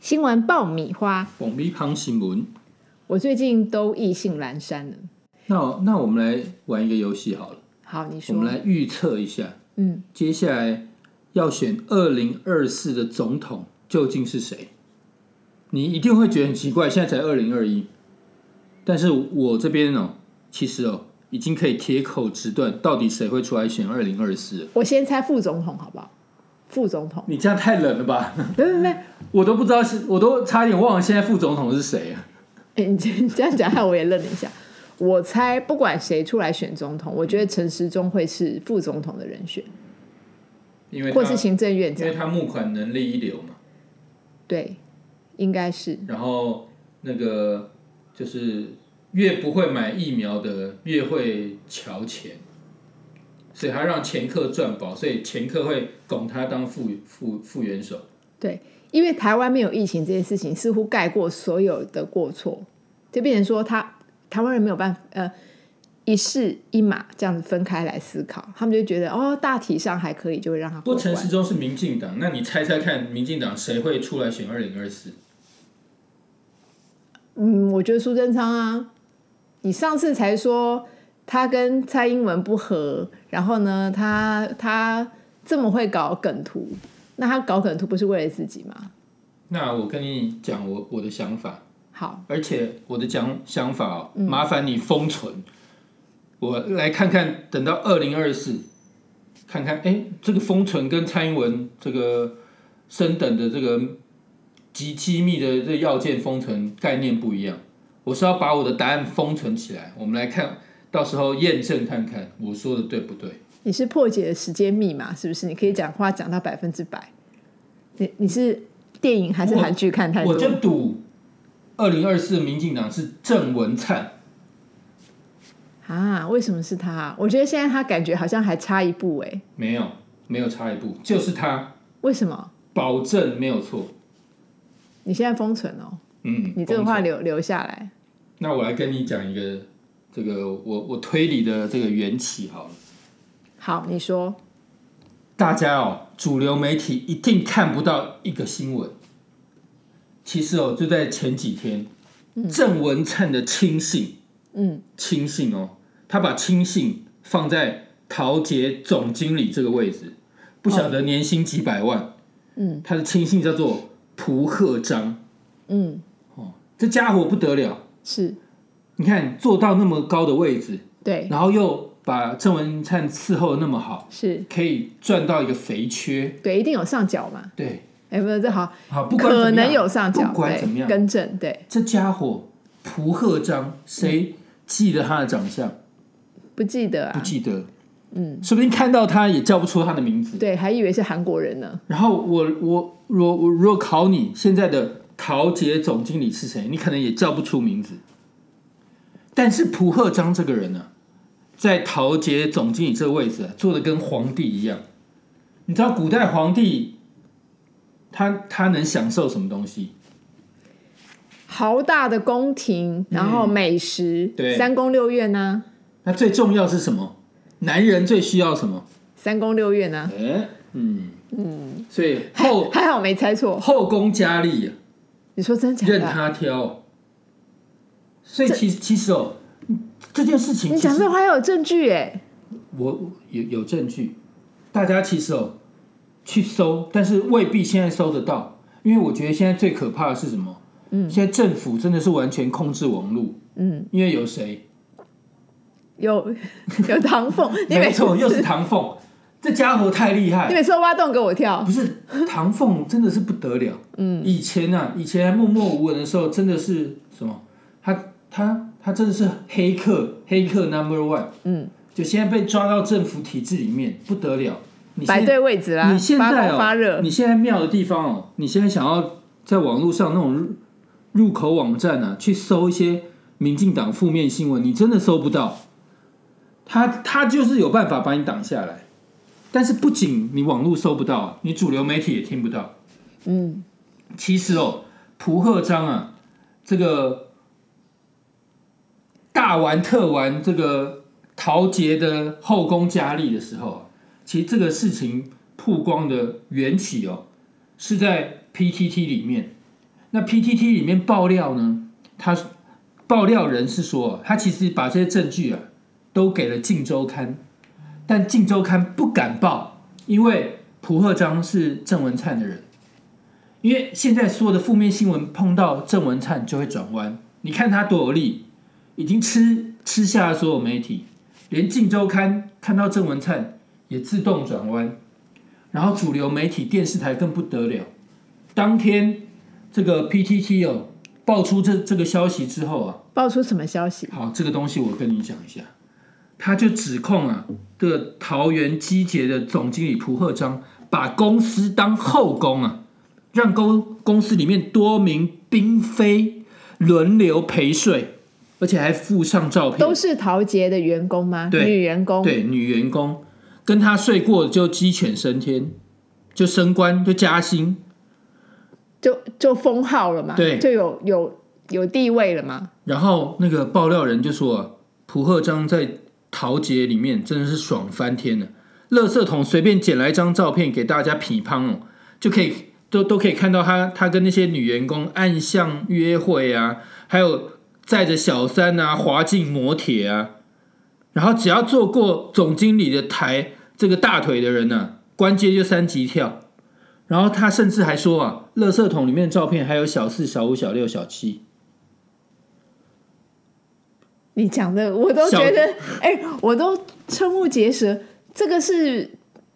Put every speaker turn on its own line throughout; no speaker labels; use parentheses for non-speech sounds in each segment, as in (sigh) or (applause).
新闻爆米花，
网咪康新闻。
我最近都意兴阑珊了。
那那我们来玩一个游戏好了，
好，你
我
说
们，来预测一下
嗯，
接下来要选二零二四的总统究竟是谁？你一定会觉得很奇怪，现在才二零二一，但是我这边哦，其实哦，已经可以铁口直断，到底谁会出来选二零二四？
我先猜副总统好不好？副总统，
你这样太冷了吧？ (laughs)
没 (laughs) 没没，哎、
我都不知道是，我都差点忘了现在副总统是谁啊？
哎你这你这样讲，害我也愣了一下。我猜不管谁出来选总统，我觉得陈时中会是副总统的人选，
因为他
或是行政院
因
长
为，他募款能力一流嘛。
对，应该是
然后那个就是越不会买疫苗的越会瞧钱，所以他让前客赚饱，所以前客会拱他当副副副元首。
对，因为台湾没有疫情这件事情，似乎盖过所有的过错，就变成说他台湾人没有办法呃一事一码这样子分开来思考，他们就觉得哦大体上还可以，就会让他
不
过
过陈
关。
时中是民进党，那你猜猜看，民进党谁会出来选二零二四？
嗯，我觉得苏贞昌啊，你上次才说他跟蔡英文不合，然后呢，他他这么会搞梗图，那他搞梗图不是为了自己吗？
那我跟你讲我我的想法，
好，
而且我的讲想法哦，麻烦你封存，我来看看，等到二零二四，看看哎，诶这个封存跟蔡英文这个升等的这个极机密的这要件封存概念不一样，我是要把我的答案封存起来，我们来看，到时候验证看看我说的对不对。
你是破解了时间密码是不是？你可以讲话讲到百分之百。你你是电影还是韩剧看太
我
多？
就赌二零二四民进党是郑文灿。
啊，为什么是他？我觉得现在他感觉好像还差一步哎、
没有，没有差一步，就是他，
为什么？
保证没有错。
你现在封存哦，
嗯，
你这个话留留下来。
那我来跟你讲一个这个我我推理的这个缘起好了。
好，你说
大家哦，主流媒体一定看不到一个新闻。其实哦，就在前几天，郑文灿的亲信，
嗯，
亲信哦，他把亲信放在陶杰总经理这个位置，不晓
哦
得年薪几百万。嗯，他的亲信叫做蒲鹤章。
嗯，
哦，这家伙不得了，
是
你看坐到那么高的位置，
对，
然后又把郑文灿伺候的那么好，
是
可以赚到一个肥缺。
对，一定有上角嘛。
对，
哎，不是，这好，
好，不管怎么
可
样
能有上角，
不管
对
怎么样，
更正，对，
这家伙蒲鹤章，谁记得他的长相？
不记得
不
啊，
记得。嗯，说不定看到他也叫不出他的名字。
对，还以为是韩国人呢。
然后我我我我如果考你现在的陶杰总经理是谁，你可能也叫不出名字。但是蒲鹤章这个人呢、在陶杰总经理这个位置、啊、做的跟皇帝一样。你知道古代皇帝他他能享受什么东西？
豪大的宫廷，然后美食，
嗯对
三宫六院啊呢、
那最重要是什么？男人最需要什么？
三宫六院呢、
哎，嗯嗯，所以后
还好没猜错。
后宫佳丽啊、
你说真假
任
的？
他挑。所以其实其实哦，这件事情
你
其
讲
实
这话还有证据哎，
我有有证据，大家其实哦去搜，但是未必现在搜得到，因为我觉得现在最可怕的是什么？嗯，现在政府真的是完全控制网络，
嗯，
因为有谁？ (laughs)
有有唐凤，你
没
每次
错，又是唐凤，这家伙太厉害
你。每次都挖洞给我跳
不，是唐凤真的是不得了，嗯，以前啊，以前默默无闻的时候，真的是什么，他他他真的是黑客，黑客 number one，
嗯，
就现在被抓到政府体制里面，不得了，你
摆
现
对位置啦，
你现
啊发
在
光
哦，
发热，
你现在妙的地方哦，你现在想要在网络上那种入入口网站啊，去搜一些民进党负面新闻，你真的搜不到。他他就是有办法把你挡下来，但是不仅你网络搜不到，啊你主流媒体也听不到。
嗯，
其实哦，蒲鹤章啊，这个大玩特玩这个陶杰的后宫佳丽的时候啊，其实这个事情曝光的缘起哦，是在 PTT 里面，那 PTT 里面爆料呢，他爆料人是说，他其实把这些证据啊都给了《镜周刊》，但《镜周刊》不敢报，因为蒲贺章是郑文灿的人。因为现在所有的负面新闻碰到郑文灿就会转弯，你看他多有力，已经吃吃下了所有媒体，连《镜周刊》看到郑文灿也自动转弯，然后主流媒体电视台更不得了，当天这个 PTT 哦爆出这这个消息之后啊，
爆出什么消息？
好，这个东西我跟你讲一下，他就指控啊，这个桃园机捷的总经理蒲贺章把公司当后宫啊，让公公司里面多名嫔妃轮流陪睡，而且还附上照片，
都是陶杰的员工吗？
对
女员工。
对女员工跟他睡过就鸡犬升天，就升官就加薪，
就就封号了嘛，
对
就有有有地位了嘛。
然后那个爆料人就说、啊，蒲贺章在桃捷里面真的是爽翻天了，垃圾桶随便捡来一张照片给大家批判哦，就可以都都可以看到他他跟那些女员工暗巷约会啊，还有载着小三啊滑进摩铁啊，然后只要坐过总经理的台这个大腿的人呢、关节就三级跳。然后他甚至还说啊，垃圾桶里面的照片还有小四、小五、小六、小七，
你讲的我都
小
觉得，哎、我都瞠目结舌。这个是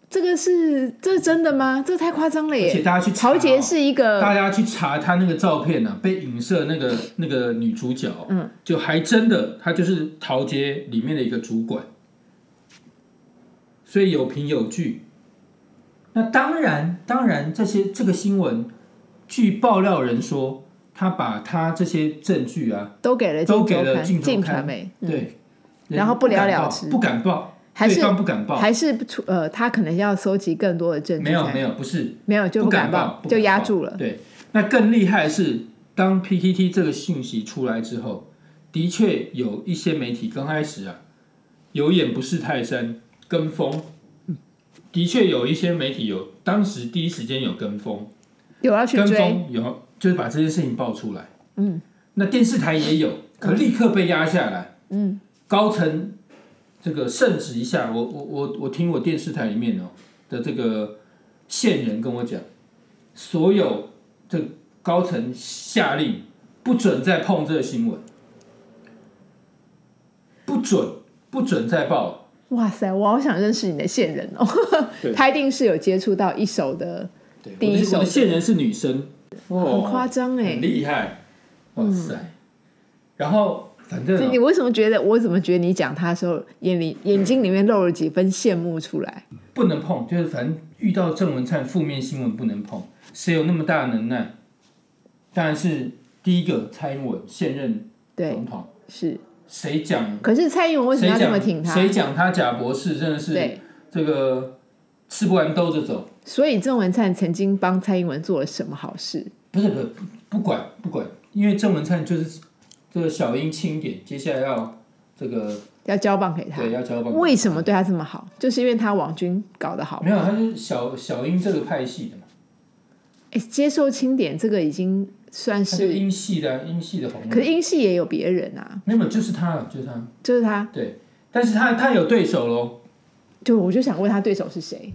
这个是这是真的吗？这太夸张了
而且
耶！
大家去查哦
曹杰是一个
大家去查他那个照片呢、啊，被影射那个那个女主角，嗯，就还真的，她就是桃街里面的一个主管，所以有凭有据。那当然，当然，这些这个新闻，据爆料人说，他把他这些证据啊，
都给了
都
镜
给
周
了
刊、
镜周
镜
刊
传媒，
对，人
嗯然后不了了
敢报
之
不敢报，
还是
对方不敢报，
还是出呃，他可能要搜集更多的证据才，
没有没有，不是，
没有就
不
敢
敢
报，
不
就
敢
压
报
住了。
对，那更厉害的是，当 PTT 这个讯息出来之后，的确有一些媒体刚开始啊，有眼不识泰山，跟风。的确有一些媒体有，当时第一时间有跟风，
有要去
跟
追，
风有就是把这件事情爆出来。嗯，那电视台也有，可
嗯
立刻被压下来。嗯，高层这个圣旨一下，我我我我听我电视台里面哦的这个线人跟我讲，所有这高层下令不准再碰这个新闻，不准不准再报。
哇塞，我好想认识你的线人哦 (laughs)
对！
拍定是有接触到一手的，
对，
第一
我的
手
我的线人是女生，
很
哦，
夸张哎
很。厉害，哇塞！
嗯
然后反正、
所以
啊
你、为什么觉得？我怎么觉得你讲他的时候，眼里眼睛里面露了几分羡慕出来？
不能碰，就是反正遇到郑文灿负面新闻不能碰，谁有那么大的能耐？当然是第一个蔡英文现任
对，
总统，
是。
谁讲
可是蔡英文为什么
谁
要这么挺
讲
他？
谁讲他假博士真的是
对，
这个吃不完兜着走，
所以郑文灿曾经帮蔡英文做了什么好事？
不是不是不不管不管，因为郑文灿就是这个小英钦点，接下来要这个
要交棒给他？
对要交棒。
为什么对他这么好？就是因为他网军搞得好。
没有，他是小小英这个派系的嘛，
哎，接受清点这个已经算
他就是
是，
英系的啊英系的红
可
人，
是英系也有别人啊，
没有，就是他了，就是他，
就是他。
对，但是他他有对手喽，
就我就想问他对手是谁？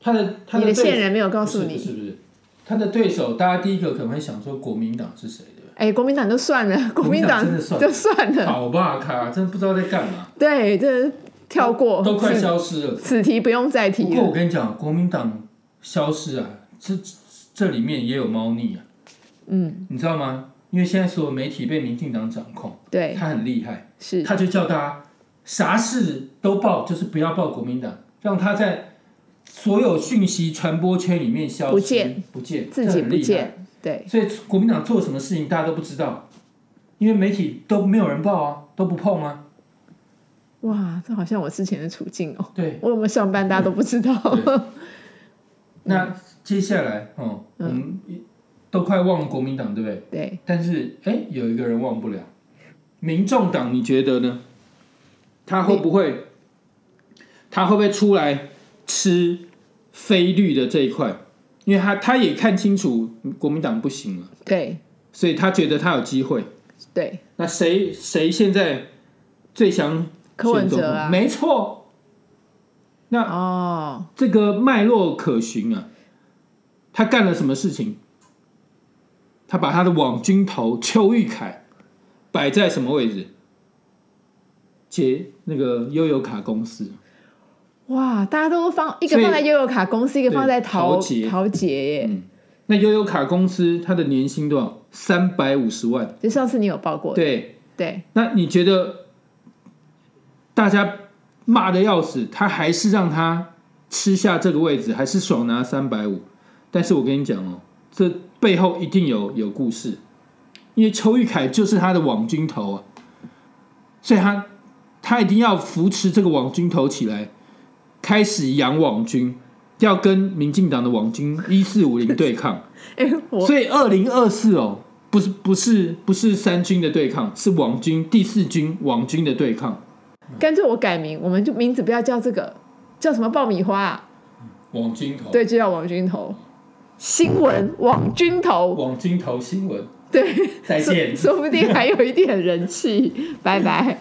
他的他
你的
对
线人没有告诉
不
你。
是不是不是，他的对手，大家第一个可能会想说国民党是谁的，
哎，国民党就算了，国
国民
民
党
党
真的算了
就算 (laughs) 了，
好吧，卡真不知道在干嘛，
对，这跳过，
都快
此
消失了。
此题不用再
不
提
过
了。
我跟你讲，国民党消失啊，这这里面也有猫腻啊，嗯，你知道吗？因为现在所有媒体被民进党掌控，
对，
他很厉害。
是
他就叫大家啥事都报，就是不要报国民党，让他在所有讯息传播圈里面消失，
不见
不见，
自己不
这很厉害。
见，对，
所以国民党做什么事情大家都不知道，因为媒体都没有人报啊，都不碰啊。
哇，这好像我之前的处境哦。
对，
我有没有上班，大家都不知道。嗯
那接下来哦，我们都快忘了国民党，对不对？
(laughs) 对，
但是哎，有一个人忘不了，民众党，你觉得呢？他会不会，他会不会出来吃非绿的这一块？因为他他也看清楚国民党不行了，
对
所以他觉得他有机会。
对，
那谁谁现在最想
柯文
选总
哲
统
啊，
没错，那
哦，
这个脉络可循啊。他干了什么事情？他把他的网军头邱玉凯摆在什么位置？接那个悠游卡公司，
哇，大家都放一个
所以
放在悠游卡公司，一个
对
放在陶
陶杰嗯
陶杰耶，
那悠游卡公司它的年薪多少？三百五十万。
就上次你有报过的，
对，
对
那你觉得大家骂的要死，他还是让他吃下这个位置，还是爽拿三百五？但是我跟你讲哦，这背后一定有有故事，因为邱玉凯就是他的网军头啊，所以他他一定要扶持这个网军头起来，开始养网军，要跟民进党的网军一四五零对抗。
哎、我
所以二零二四哦，不是不是不是三军的对抗，是网军第四军网军的对抗，
干脆我改名，我们就名字不要叫这个，叫什么爆米花、啊？
网军头，
对，就叫网军头。新闻网军头，
网军头新闻，
对，
再见
说说不定还有一点人气。拜拜。